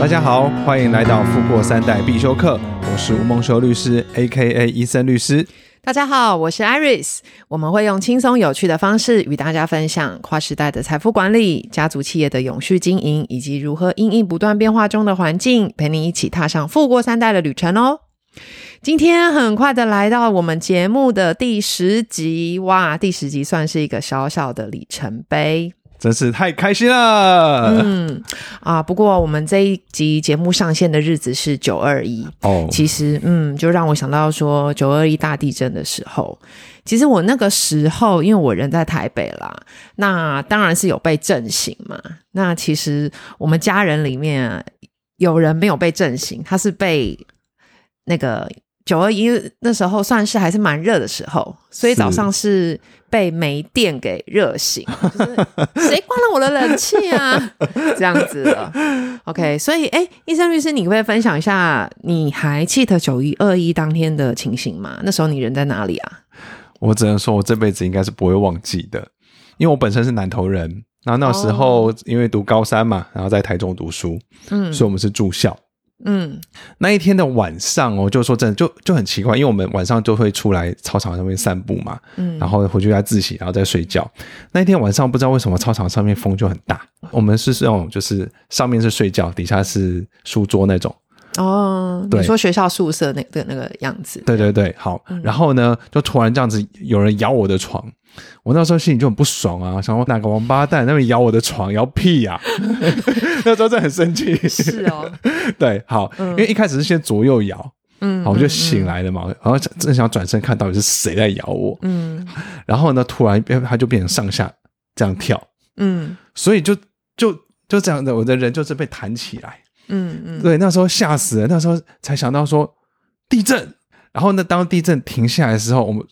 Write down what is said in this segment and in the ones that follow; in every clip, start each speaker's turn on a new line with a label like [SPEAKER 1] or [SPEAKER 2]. [SPEAKER 1] 大家好，欢迎来到《富过三代必修课》，我是吴梦修律师 （A.K.A. 医生律师
[SPEAKER 2] 大家好，我是 Iris，我们会用轻松有趣的方式与大家分享跨时代的财富管理、家族企业的永续经营，以及如何因应不断变化中的环境，陪你一起踏上富过三代的旅程哦。今天很快的来到我们节目的第十集，哇，第十集算是一个小小的里程碑。》，
[SPEAKER 1] 真是太开心了！
[SPEAKER 2] 嗯啊，不过我们这一集节目上线的日子是九二一，
[SPEAKER 1] 哦，
[SPEAKER 2] 其实，嗯，就让我想到说九二一大地震的时候，其实我那个时候，因为我人在台北啦，那当然是有被震醒嘛。那其实我们家人里面啊有人没有被震醒，他是被那个九二一那时候算是还是蛮热的时候，所以
[SPEAKER 1] 是
[SPEAKER 2] 早上是被没电给 热醒，就是谁关了我的冷气啊， 这样子了。OK，所以哎，医生律师，你可不可以分享一下，你还记得九一二一当天的情形吗？那时候你人在哪里啊？
[SPEAKER 1] 我只能说，我这辈子应该是不会忘记的，因为我本身是南投人。然后那时候因为读高三嘛，然后在台中读书，
[SPEAKER 2] 哦嗯
[SPEAKER 1] 所以我们是住校。
[SPEAKER 2] 嗯
[SPEAKER 1] 那一天的晚上哦，就说真的，就就很奇怪，因为我们晚上就会出来操场上面散步嘛，
[SPEAKER 2] 嗯，
[SPEAKER 1] 然后回去再自习，然后再睡觉。那一天晚上不知道为什么操场上面风就很大，
[SPEAKER 2] 哦
[SPEAKER 1] 我们是那种就是上面是睡觉，底下是书桌那种。
[SPEAKER 2] 哦，
[SPEAKER 1] 对
[SPEAKER 2] 你说学校宿舍那个那个样子，
[SPEAKER 1] 对对对，好。然后呢，就突然这样子有人咬我的床，我那时候心里就很不爽啊，想说哪个王八蛋那边咬我的床，咬屁 呀、那时候真的很生气。
[SPEAKER 2] 是哦，
[SPEAKER 1] 对，好，因为一开始是先左右摇，
[SPEAKER 2] 嗯，
[SPEAKER 1] 好，我就醒来了嘛，然后正想转身看到底是谁在咬我，
[SPEAKER 2] 嗯
[SPEAKER 1] 然后呢，突然变，它就变成上下这样跳，
[SPEAKER 2] 嗯
[SPEAKER 1] 所以就就就这样的，我的人就是被弹起来。
[SPEAKER 2] 嗯嗯，
[SPEAKER 1] 对，那时候吓死了，那时候才想到说地震。然后呢，当地震停下来的时候，我们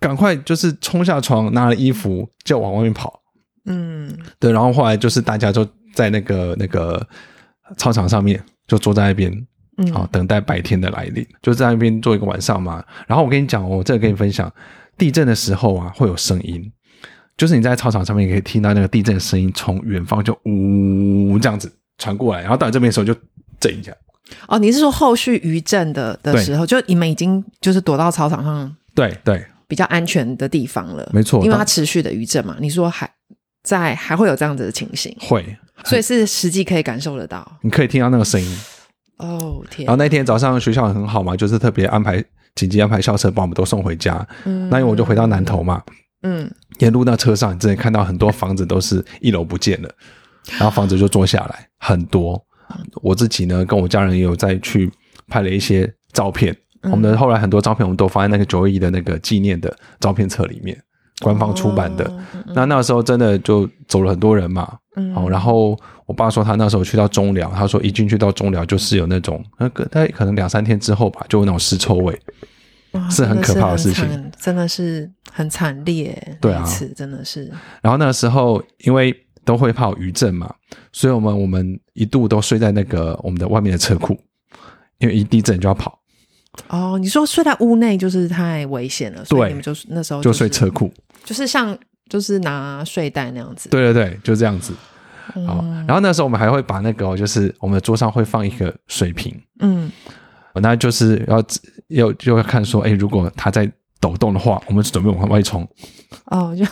[SPEAKER 1] 赶快就是冲下床，拿了衣服就往外面跑。
[SPEAKER 2] 嗯
[SPEAKER 1] 对，然后后来就是大家就在那个那个操场上面就坐在那边。
[SPEAKER 2] 嗯，
[SPEAKER 1] 好、等待白天的来临，就在那边坐一个晚上嘛。然后我跟你讲哦，我这个跟你分享，地震的时候啊，会有声音，就是你在操场上面可以听到那个地震的声音从远方就呜这样子传过来，然后到你这边的时候就震一下。
[SPEAKER 2] 哦，你是说后续余震的的
[SPEAKER 1] 对
[SPEAKER 2] 时候，就你们已经就是躲到操场上
[SPEAKER 1] 对对，
[SPEAKER 2] 比较安全的地方了，
[SPEAKER 1] 没错
[SPEAKER 2] 因为它
[SPEAKER 1] 当
[SPEAKER 2] 持续的余震嘛。你说还在还会有这样子的情形，
[SPEAKER 1] 会，
[SPEAKER 2] 所以是实际可以感受得到。
[SPEAKER 1] 你可以听到那个声音。
[SPEAKER 2] 哦天
[SPEAKER 1] 然后，那天早上学校很好嘛，就是特别安排紧急安排校车把我们都送回家。
[SPEAKER 2] 嗯
[SPEAKER 1] 那因为我就回到南投嘛，
[SPEAKER 2] 嗯，
[SPEAKER 1] 沿路那车上，你真的看到很多房子都是一楼不见了，然后房子就坐下来很多。我自己呢，跟我家人也有再去拍了一些照片。
[SPEAKER 2] 嗯
[SPEAKER 1] 我们的后来很多照片，我们都放在那个九二一的那个纪念的照片册里面，官方出版的。
[SPEAKER 2] 哦
[SPEAKER 1] 那那时候真的就走了很多人嘛，
[SPEAKER 2] 嗯
[SPEAKER 1] 好、然后我爸说他那时候去到中寮，他说一进去到中寮就是有那种那个大概可能两三天之后吧，就有那种尸臭味，
[SPEAKER 2] 哇
[SPEAKER 1] 是很可怕的事情
[SPEAKER 2] 真的是很惨真的是很惨烈。
[SPEAKER 1] 对啊
[SPEAKER 2] 那一次真的是，
[SPEAKER 1] 然后那时候因为都会怕有余震嘛，所以我们我们一度都睡在那个我们的外面的车库，因为一地震就要跑，
[SPEAKER 2] 哦，你说睡在屋内就是太危险了，所
[SPEAKER 1] 对
[SPEAKER 2] 以你们就是那时候
[SPEAKER 1] 哦就是睡车，库。
[SPEAKER 2] 就是像就是拿睡袋那样子。
[SPEAKER 1] 对对对，就这样子。好、然后那时候我们还会把那个、哦、就是我们的桌上会放一个水瓶，
[SPEAKER 2] 嗯，
[SPEAKER 1] 那就是要要就要看说，哎，如果它在抖动的话，我们准备往外冲。
[SPEAKER 2] 哦，就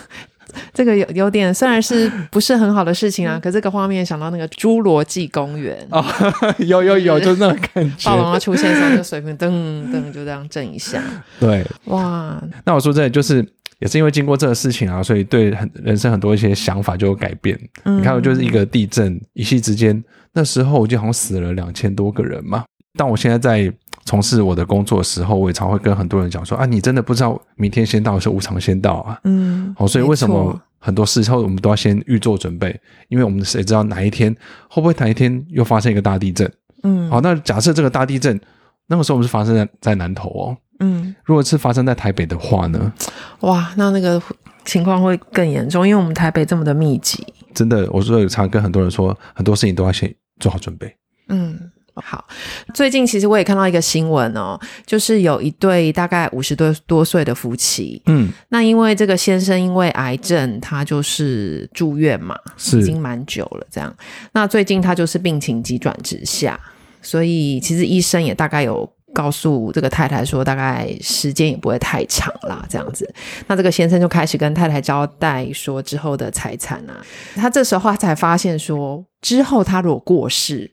[SPEAKER 2] 这个有有点，虽然是不是很好的事情啊，可这个画面想到那个《侏罗纪公园》
[SPEAKER 1] 嗯哦， 有有有，哦就是那种感
[SPEAKER 2] 暴龙
[SPEAKER 1] 觉。
[SPEAKER 2] 要出现的时候，就随便噔噔就这样震一下，
[SPEAKER 1] 对，
[SPEAKER 2] 哇，
[SPEAKER 1] 那我说真的，就是也是因为经过这个事情啊，所以对很人生很多一些想法就有改变。
[SPEAKER 2] 嗯
[SPEAKER 1] 你看，就是一个地震，一夕之间，那时候我就好像死了两千多个人嘛。但我现在在从事我的工作的时候，我也常会跟很多人讲说啊，你真的不知道明天先到是无常先到啊。
[SPEAKER 2] 嗯，
[SPEAKER 1] 哦，所以为什
[SPEAKER 2] 没
[SPEAKER 1] 么
[SPEAKER 2] 错
[SPEAKER 1] 很多事后我们都要先预做准备？因为我们谁知道哪一天会不会哪一天又发生一个大地震？哦
[SPEAKER 2] 嗯
[SPEAKER 1] 好，那假设这个大地震，那个时候我们是发生在在南投哦。
[SPEAKER 2] 嗯，
[SPEAKER 1] 如果是发生在台北的话呢，
[SPEAKER 2] 哇，那那个情况会更严重，因为我们台北这么的密集，
[SPEAKER 1] 真的，我说有常跟很多人说，很多事情都要先做好准备。
[SPEAKER 2] 嗯，好，最近其实我也看到一个新闻哦，就是有一对大概五十多多岁的夫妻，
[SPEAKER 1] 嗯，
[SPEAKER 2] 那因为这个先生因为癌症，他就是住院嘛，
[SPEAKER 1] 是
[SPEAKER 2] 已经蛮久了这样。那最近他就是病情急转直下，所以其实医生也大概有告诉这个太太说，大概时间也不会太长啦，这样子。那这个先生就开始跟太太交代说之后的财产啊，他这时候他才发现说，之后他如果过世，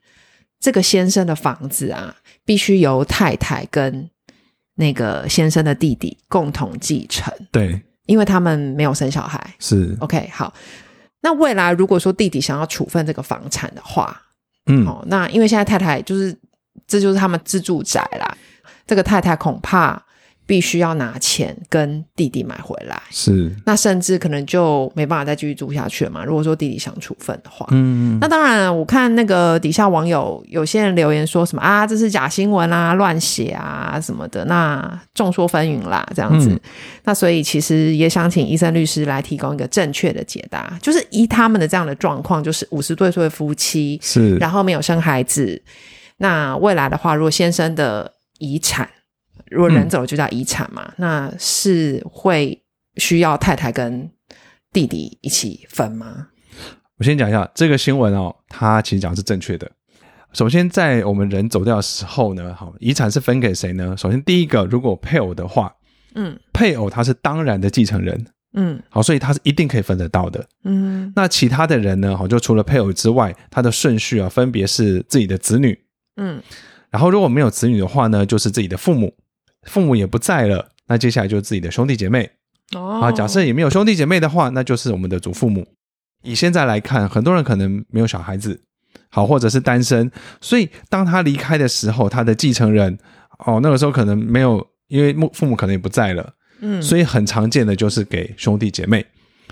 [SPEAKER 2] 这个先生的房子啊，必须由太太跟那个先生的弟弟共同继承，
[SPEAKER 1] 对，
[SPEAKER 2] 因为他们没有生小孩。
[SPEAKER 1] 是，
[SPEAKER 2] OK，好。那未来如果说弟弟想要处分这个房产的话，
[SPEAKER 1] 嗯，
[SPEAKER 2] 哦，那因为现在太太就是这就是他们自住宅啦，这个太太恐怕必须要拿钱跟弟弟买回来，
[SPEAKER 1] 是，
[SPEAKER 2] 那甚至可能就没办法再继续住下去了嘛。如果说弟弟想处分的话，
[SPEAKER 1] 嗯，
[SPEAKER 2] 那当然，我看那个底下网友有些人留言说什么啊，这是假新闻啊，乱写啊什么的，那众说纷纭啦，这样子。
[SPEAKER 1] 嗯
[SPEAKER 2] 那所以其实也想请医生律师来提供一个正确的解答，就是依他们的这样的状况，就是五十多岁的夫妻，
[SPEAKER 1] 是，
[SPEAKER 2] 然后没有生孩子，那未来的话，如果先生的遗产，如果人走了就叫遗产嘛，
[SPEAKER 1] 嗯
[SPEAKER 2] 那是会需要太太跟弟弟一起分吗？
[SPEAKER 1] 我先讲一下这个新闻哦，它其实讲的是正确的。首先，在我们人走掉的时候呢，好，遗产是分给谁呢？首先，第一个，如果配偶的话，
[SPEAKER 2] 嗯
[SPEAKER 1] 配偶他是当然的继承人，
[SPEAKER 2] 嗯
[SPEAKER 1] 好，所以他是一定可以分得到的。
[SPEAKER 2] 嗯
[SPEAKER 1] 那其他的人呢，好，就除了配偶之外，他的顺序啊，分别是自己的子女，
[SPEAKER 2] 嗯
[SPEAKER 1] 然后如果没有子女的话呢，就是自己的父母，父母也不在了，那接下来就是自己的兄弟姐妹，
[SPEAKER 2] 哦
[SPEAKER 1] 啊，假设也没有兄弟姐妹的话，那就是我们的祖父母。以现在来看，很多人可能没有小孩子，好，或者是单身，所以当他离开的时候，他的继承人，哦，那个时候可能没有，因为父父母可能也不在了，
[SPEAKER 2] 嗯，
[SPEAKER 1] 所以很常见的就是给兄弟姐妹。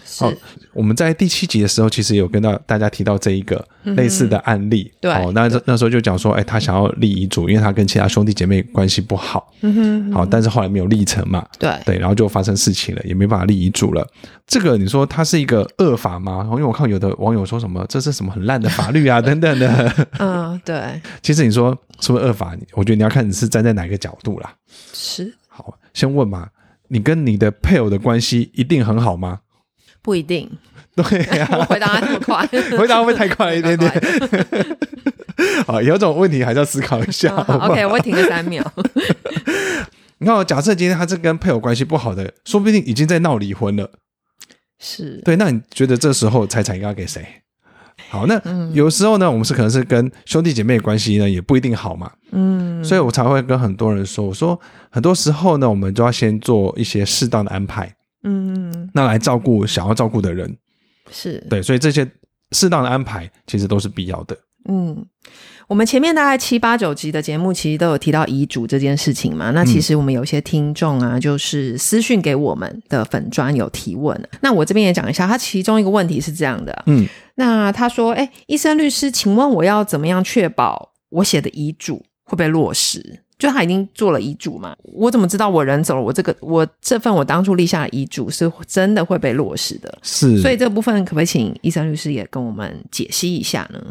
[SPEAKER 2] 是嗯
[SPEAKER 1] 哦我们在第七集的时候，其实有跟到大家提到这一个类似的案例，
[SPEAKER 2] 嗯对
[SPEAKER 1] 哦，那那时候就讲说，哎，他想要立遗嘱，因为他跟其他兄弟姐妹关系不好，
[SPEAKER 2] 嗯哼，
[SPEAKER 1] 好，但是后来没有立成嘛，
[SPEAKER 2] 对，
[SPEAKER 1] 对，然后就发生事情了，也没办法立遗嘱了。这个你说它是一个恶法吗？然后因为我看有的网友说什么这是什么很烂的法律啊 等等的，
[SPEAKER 2] 嗯，对，
[SPEAKER 1] 其实你说是不是恶法？我觉得你要看你是站在哪个角度啦。
[SPEAKER 2] 是
[SPEAKER 1] 好，先问嘛，你跟你的配偶的关系一定很好吗？
[SPEAKER 2] 不一定。
[SPEAKER 1] 对呀、
[SPEAKER 2] 我回答他这么快，
[SPEAKER 1] 回答会不会太快了一点
[SPEAKER 2] 太
[SPEAKER 1] 点？
[SPEAKER 2] 快了
[SPEAKER 1] 好，有种问题还是要思考一下。好
[SPEAKER 2] 嗯好
[SPEAKER 1] 不好
[SPEAKER 2] OK，我会停个三秒。
[SPEAKER 1] 你看、哦，假设今天他是跟配偶关系不好的，说不定已经在闹离婚了。
[SPEAKER 2] 是，
[SPEAKER 1] 对，那你觉得这时候财产应该要给谁？好，那
[SPEAKER 2] 嗯
[SPEAKER 1] 有时候呢，我们是可能是跟兄弟姐妹关系呢也不一定好嘛，
[SPEAKER 2] 嗯
[SPEAKER 1] 所以我才会跟很多人说，我说很多时候呢，我们就要先做一些适当的安排，
[SPEAKER 2] 嗯，
[SPEAKER 1] 那来照顾想要照顾的人。
[SPEAKER 2] 是，
[SPEAKER 1] 对，所以这些适当的安排其实都是必要的。
[SPEAKER 2] 嗯，我们前面大概七八九集的节目，其实都有提到遗嘱这件事情嘛。
[SPEAKER 1] 嗯
[SPEAKER 2] 那其实我们有一些听众啊，就是私讯给我们的粉砖有提问、那我这边也讲一下，他其中一个问题是这样的，
[SPEAKER 1] 嗯，
[SPEAKER 2] 那他说：“哎，医生律师，请问我要怎么样确保我写的遗嘱会被落实？就他已经做了遗嘱嘛，我怎么知道我人走了，我这个我这份我当初立下的遗嘱是真的会被落实的？
[SPEAKER 1] 是。
[SPEAKER 2] 所以这部分可不可以请医生律师也跟我们解析一下呢？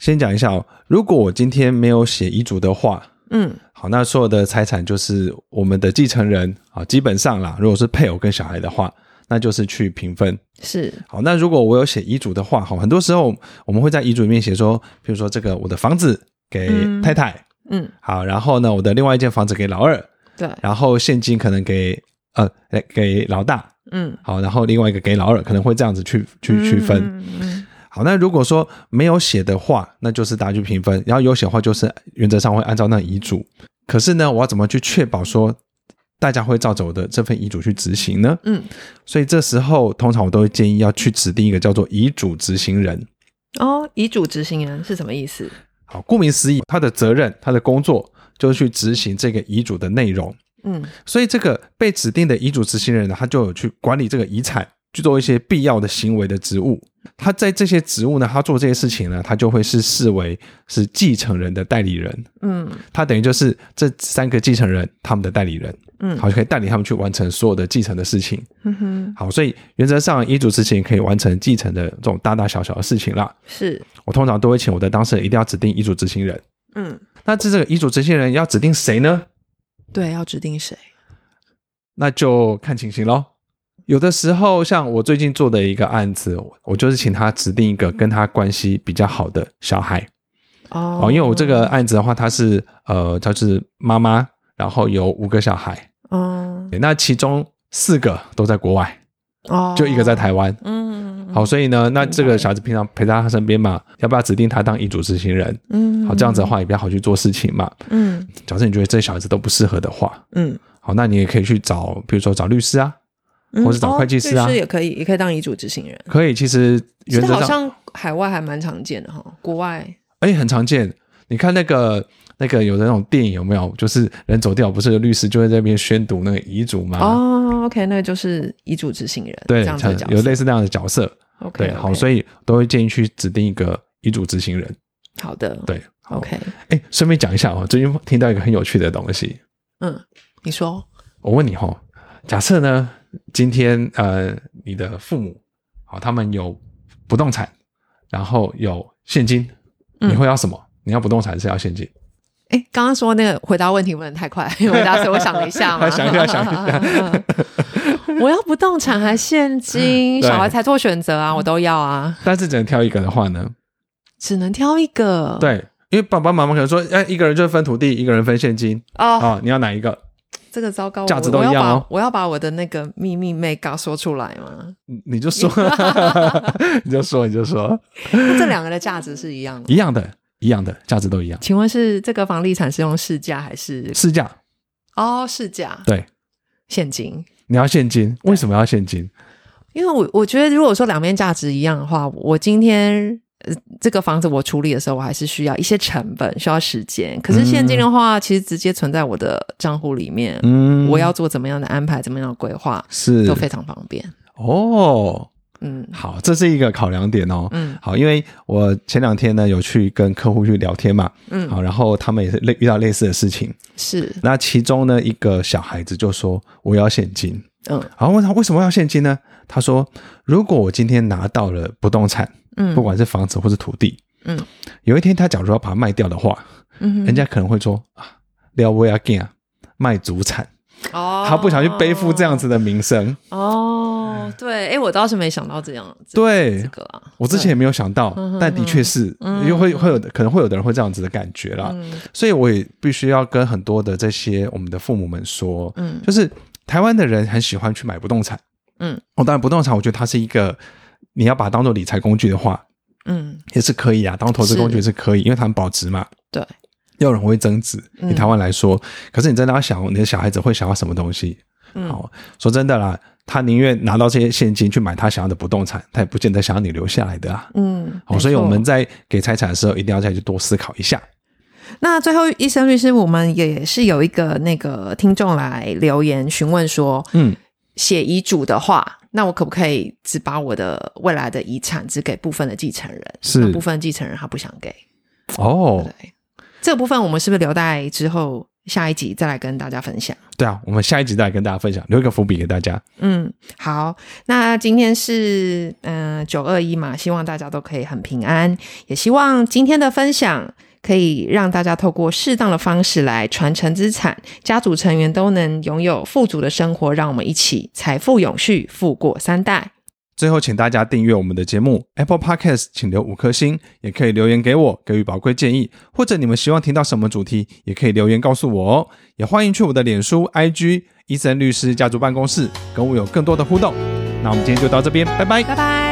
[SPEAKER 1] 先讲一下哦，如果我今天没有写遗嘱的话，
[SPEAKER 2] 嗯
[SPEAKER 1] 好，那所有的财产就是我们的继承人啊，基本上啦，如果是配偶跟小孩的话，那就是去平分。
[SPEAKER 2] 是，
[SPEAKER 1] 好，那如果我有写遗嘱的话，哈，很多时候我们会在遗嘱里面写说，比如说这个我的房子给
[SPEAKER 2] 嗯
[SPEAKER 1] 太太，
[SPEAKER 2] 嗯，
[SPEAKER 1] 好，然后呢我的另外一间房子给老二，
[SPEAKER 2] 对，
[SPEAKER 1] 然后现金可能给呃哎给老大，
[SPEAKER 2] 嗯，
[SPEAKER 1] 好，然后另外一个给老二，可能会这样子去去区分。
[SPEAKER 2] 嗯，嗯
[SPEAKER 1] 好，那如果说没有写的话，那就是大家去平分；然后有写的话，就是原则上会按照那遗嘱。可是呢，我要怎么去确保说大家会照着我的这份遗嘱去执行呢？
[SPEAKER 2] 嗯，
[SPEAKER 1] 所以这时候通常我都会建议要去指定一个叫做遗嘱执行人。
[SPEAKER 2] 哦，遗嘱执行人是什么意思？
[SPEAKER 1] 好，顾名思义，他的责任、他的工作就是去执行这个遗嘱的内容。
[SPEAKER 2] 嗯
[SPEAKER 1] 所以这个被指定的遗嘱执行人呢，他就有去管理这个遗产，去做一些必要的行为的职务。他在这些职务呢，他做这些事情呢，他就会是视为是继承人的代理人，
[SPEAKER 2] 嗯
[SPEAKER 1] 他等于就是这三个继承人他们的代理人，
[SPEAKER 2] 嗯
[SPEAKER 1] 好，就可以代理他们去完成所有的继承的事情。
[SPEAKER 2] 嗯哼，
[SPEAKER 1] 好，所以原则上遗嘱执行可以完成继承的这种大大小小的事情啦。
[SPEAKER 2] 是，
[SPEAKER 1] 我通常都会请我的当事人一定要指定遗嘱执行人。
[SPEAKER 2] 嗯
[SPEAKER 1] 那这这个遗嘱执行人要指定谁呢？
[SPEAKER 2] 对，要指定谁？
[SPEAKER 1] 那就看情形喽。有的时候，像我最近做的一个案子，我我就是请他指定一个跟他关系比较好的小孩
[SPEAKER 2] 哦
[SPEAKER 1] 哦，因为我这个案子的话，他是呃，他是妈妈，然后有五个小孩，
[SPEAKER 2] 哦
[SPEAKER 1] 对那其中四个都在国外，
[SPEAKER 2] 哦，
[SPEAKER 1] 就一个在台湾。
[SPEAKER 2] 嗯，
[SPEAKER 1] 好，所以呢，那
[SPEAKER 2] 明白
[SPEAKER 1] 这个小孩子平常陪在他身边嘛，要不要指定他当遗嘱执行人？
[SPEAKER 2] 嗯，
[SPEAKER 1] 好，这样子的哦话也比较好去做事情嘛。
[SPEAKER 2] 嗯，
[SPEAKER 1] 假设你觉得这小孩子都不适合的话，
[SPEAKER 2] 嗯
[SPEAKER 1] 好，那你也可以去找，比如说找律师啊，
[SPEAKER 2] 嗯，
[SPEAKER 1] 或是找会计师啊
[SPEAKER 2] 哦律师也可以，也可以当遗嘱执行人。
[SPEAKER 1] 可以。其实原
[SPEAKER 2] 这
[SPEAKER 1] 则
[SPEAKER 2] 好
[SPEAKER 1] 上，
[SPEAKER 2] 像海外还蛮常见的哈，国外
[SPEAKER 1] 哎，很常见。你看那个那个有的那种电影有没有？就是人走掉，不是有律师就会在那边宣读那个遗嘱吗？
[SPEAKER 2] 哦，OK，那就是遗嘱执行人
[SPEAKER 1] 啊对，
[SPEAKER 2] 这样子的角
[SPEAKER 1] 有类
[SPEAKER 2] 色。
[SPEAKER 1] 似那样的角色。
[SPEAKER 2] OK，
[SPEAKER 1] 对，好，
[SPEAKER 2] 以
[SPEAKER 1] 所以都会建议去指定一个遗嘱执行人。
[SPEAKER 2] 好的，
[SPEAKER 1] 对好
[SPEAKER 2] ，OK，
[SPEAKER 1] 哎，顺便讲一下哦，最近听到一个很有趣的东西，
[SPEAKER 2] 嗯，你说，
[SPEAKER 1] 我问你哈、假设呢，今天呃，你的父母好、他们有不动产，然后有现金，
[SPEAKER 2] 嗯
[SPEAKER 1] 你会要什么？你要不动产还是要现金？
[SPEAKER 2] 哎，刚刚说那个回答问题问的太快， 因为回答所以我想了一下嘛，
[SPEAKER 1] 想一下想一
[SPEAKER 2] 下， 我要不动产还现金，
[SPEAKER 1] 嗯对
[SPEAKER 2] 小孩才做选择啊，我都要啊，
[SPEAKER 1] 但是只能挑一个的话呢？
[SPEAKER 2] 只能挑一个，，
[SPEAKER 1] 对，因为爸爸妈妈可能说，哎，一个人就分土地，一个人分现金啊、
[SPEAKER 2] 哦，
[SPEAKER 1] 你要哪一个？
[SPEAKER 2] 这个糟糕，
[SPEAKER 1] 价值
[SPEAKER 2] 我
[SPEAKER 1] 都一样哦
[SPEAKER 2] 我要把我要把我的那个秘密 mega 说出来吗？
[SPEAKER 1] 你你就说， 你就说，你就说，
[SPEAKER 2] 那这两个的价值是一样的吗。
[SPEAKER 1] 一样的，一样的，价值都一样，
[SPEAKER 2] 请问是这个房地产是用市价还是
[SPEAKER 1] 市价
[SPEAKER 2] 哦市价
[SPEAKER 1] 对，
[SPEAKER 2] 现金？
[SPEAKER 1] 你要现金，为什么要现金？
[SPEAKER 2] 因为我我觉得，如果说两边价值一样的话，我今天呃这个房子我处理的时候，我还是需要一些成本，需要时间。可是现金的话，其实直接存在我的账户里面，
[SPEAKER 1] 嗯
[SPEAKER 2] 我要做怎么样的安排，怎么样的规划，
[SPEAKER 1] 是
[SPEAKER 2] 都非常方便。
[SPEAKER 1] 哦，
[SPEAKER 2] 嗯
[SPEAKER 1] 好，这是一个考量点哦。
[SPEAKER 2] 嗯
[SPEAKER 1] 好，因为我前两天呢有去跟客户去聊天嘛，
[SPEAKER 2] 嗯，
[SPEAKER 1] 好，然后他们也是类遇到类似的事情。
[SPEAKER 2] 是
[SPEAKER 1] 那其中呢，一个小孩子就说我要现金，
[SPEAKER 2] 嗯
[SPEAKER 1] 然后问他为什么要现金呢？他说如果我今天拿到了不动产，
[SPEAKER 2] 嗯，
[SPEAKER 1] 不管是房子或是土地，
[SPEAKER 2] 嗯，
[SPEAKER 1] 有一天他假如要把它卖掉的话，
[SPEAKER 2] 嗯
[SPEAKER 1] 人家可能会说啊，廖威亚干啊卖祖产，
[SPEAKER 2] 哼哦，
[SPEAKER 1] 他不想去背负这样子的名声。
[SPEAKER 2] 哦，对，哎，我倒是没想到这样子，
[SPEAKER 1] 对
[SPEAKER 2] 这个啊，
[SPEAKER 1] 我之前也没有想到，
[SPEAKER 2] 嗯
[SPEAKER 1] 但的确是，因为会会有可能会有的人会这样子的感觉啦，
[SPEAKER 2] 嗯
[SPEAKER 1] 所以我也必须要跟很多的这些我们的父母们说，
[SPEAKER 2] 嗯
[SPEAKER 1] 就是台湾的人很喜欢去买不动产，
[SPEAKER 2] 嗯，
[SPEAKER 1] 哦，当然不动产我觉得它是一个你要把它当做理财工具的话
[SPEAKER 2] 嗯，
[SPEAKER 1] 也是可以啊，当投资工具
[SPEAKER 2] 是
[SPEAKER 1] 也是可以，因为它很保值嘛，
[SPEAKER 2] 对，
[SPEAKER 1] 要有人会增值。
[SPEAKER 2] 嗯
[SPEAKER 1] 以台湾来说，可是你真的要想，你的小孩子会想要什么东西？
[SPEAKER 2] 嗯
[SPEAKER 1] 好，说真的啦，他宁愿拿到这些现金去买他想要的不动产，他也不见得想要你留下来的啊。
[SPEAKER 2] 嗯，
[SPEAKER 1] 好，所以
[SPEAKER 2] 没错
[SPEAKER 1] 我们在给财产的时候，一定要再去多思考一下。
[SPEAKER 2] 那最后，医生律师，我们也是有一个那个听众来留言询问说，
[SPEAKER 1] 嗯，
[SPEAKER 2] 写遗嘱的话，那我可不可以只把我的未来的遗产只给部分的继承人？
[SPEAKER 1] 是
[SPEAKER 2] 那部分继承人他不想给。
[SPEAKER 1] 哦，
[SPEAKER 2] 对，这个部分我们是不是留待之后下一集再来跟大家分享？
[SPEAKER 1] 对啊，我们下一集再来跟大家分享，留一个伏笔给大家。
[SPEAKER 2] 嗯，好，那今天是嗯九二一嘛，希望大家都可以很平安，也希望今天的分享可以让大家透过适当的方式来传承资产，家族成员都能拥有富足的生活，让我们一起财富永续，富过三代。
[SPEAKER 1] 最后，请大家订阅我们的节目 Apple Podcast，请留五颗星，也可以留言给我，给予宝贵建议，或者你们希望听到什么主题，也可以留言告诉我哦。也欢迎去我的脸书、IG 伊森律师家族办公室，跟我有更多的互动。那我们今天就到这边，拜拜。
[SPEAKER 2] 拜拜。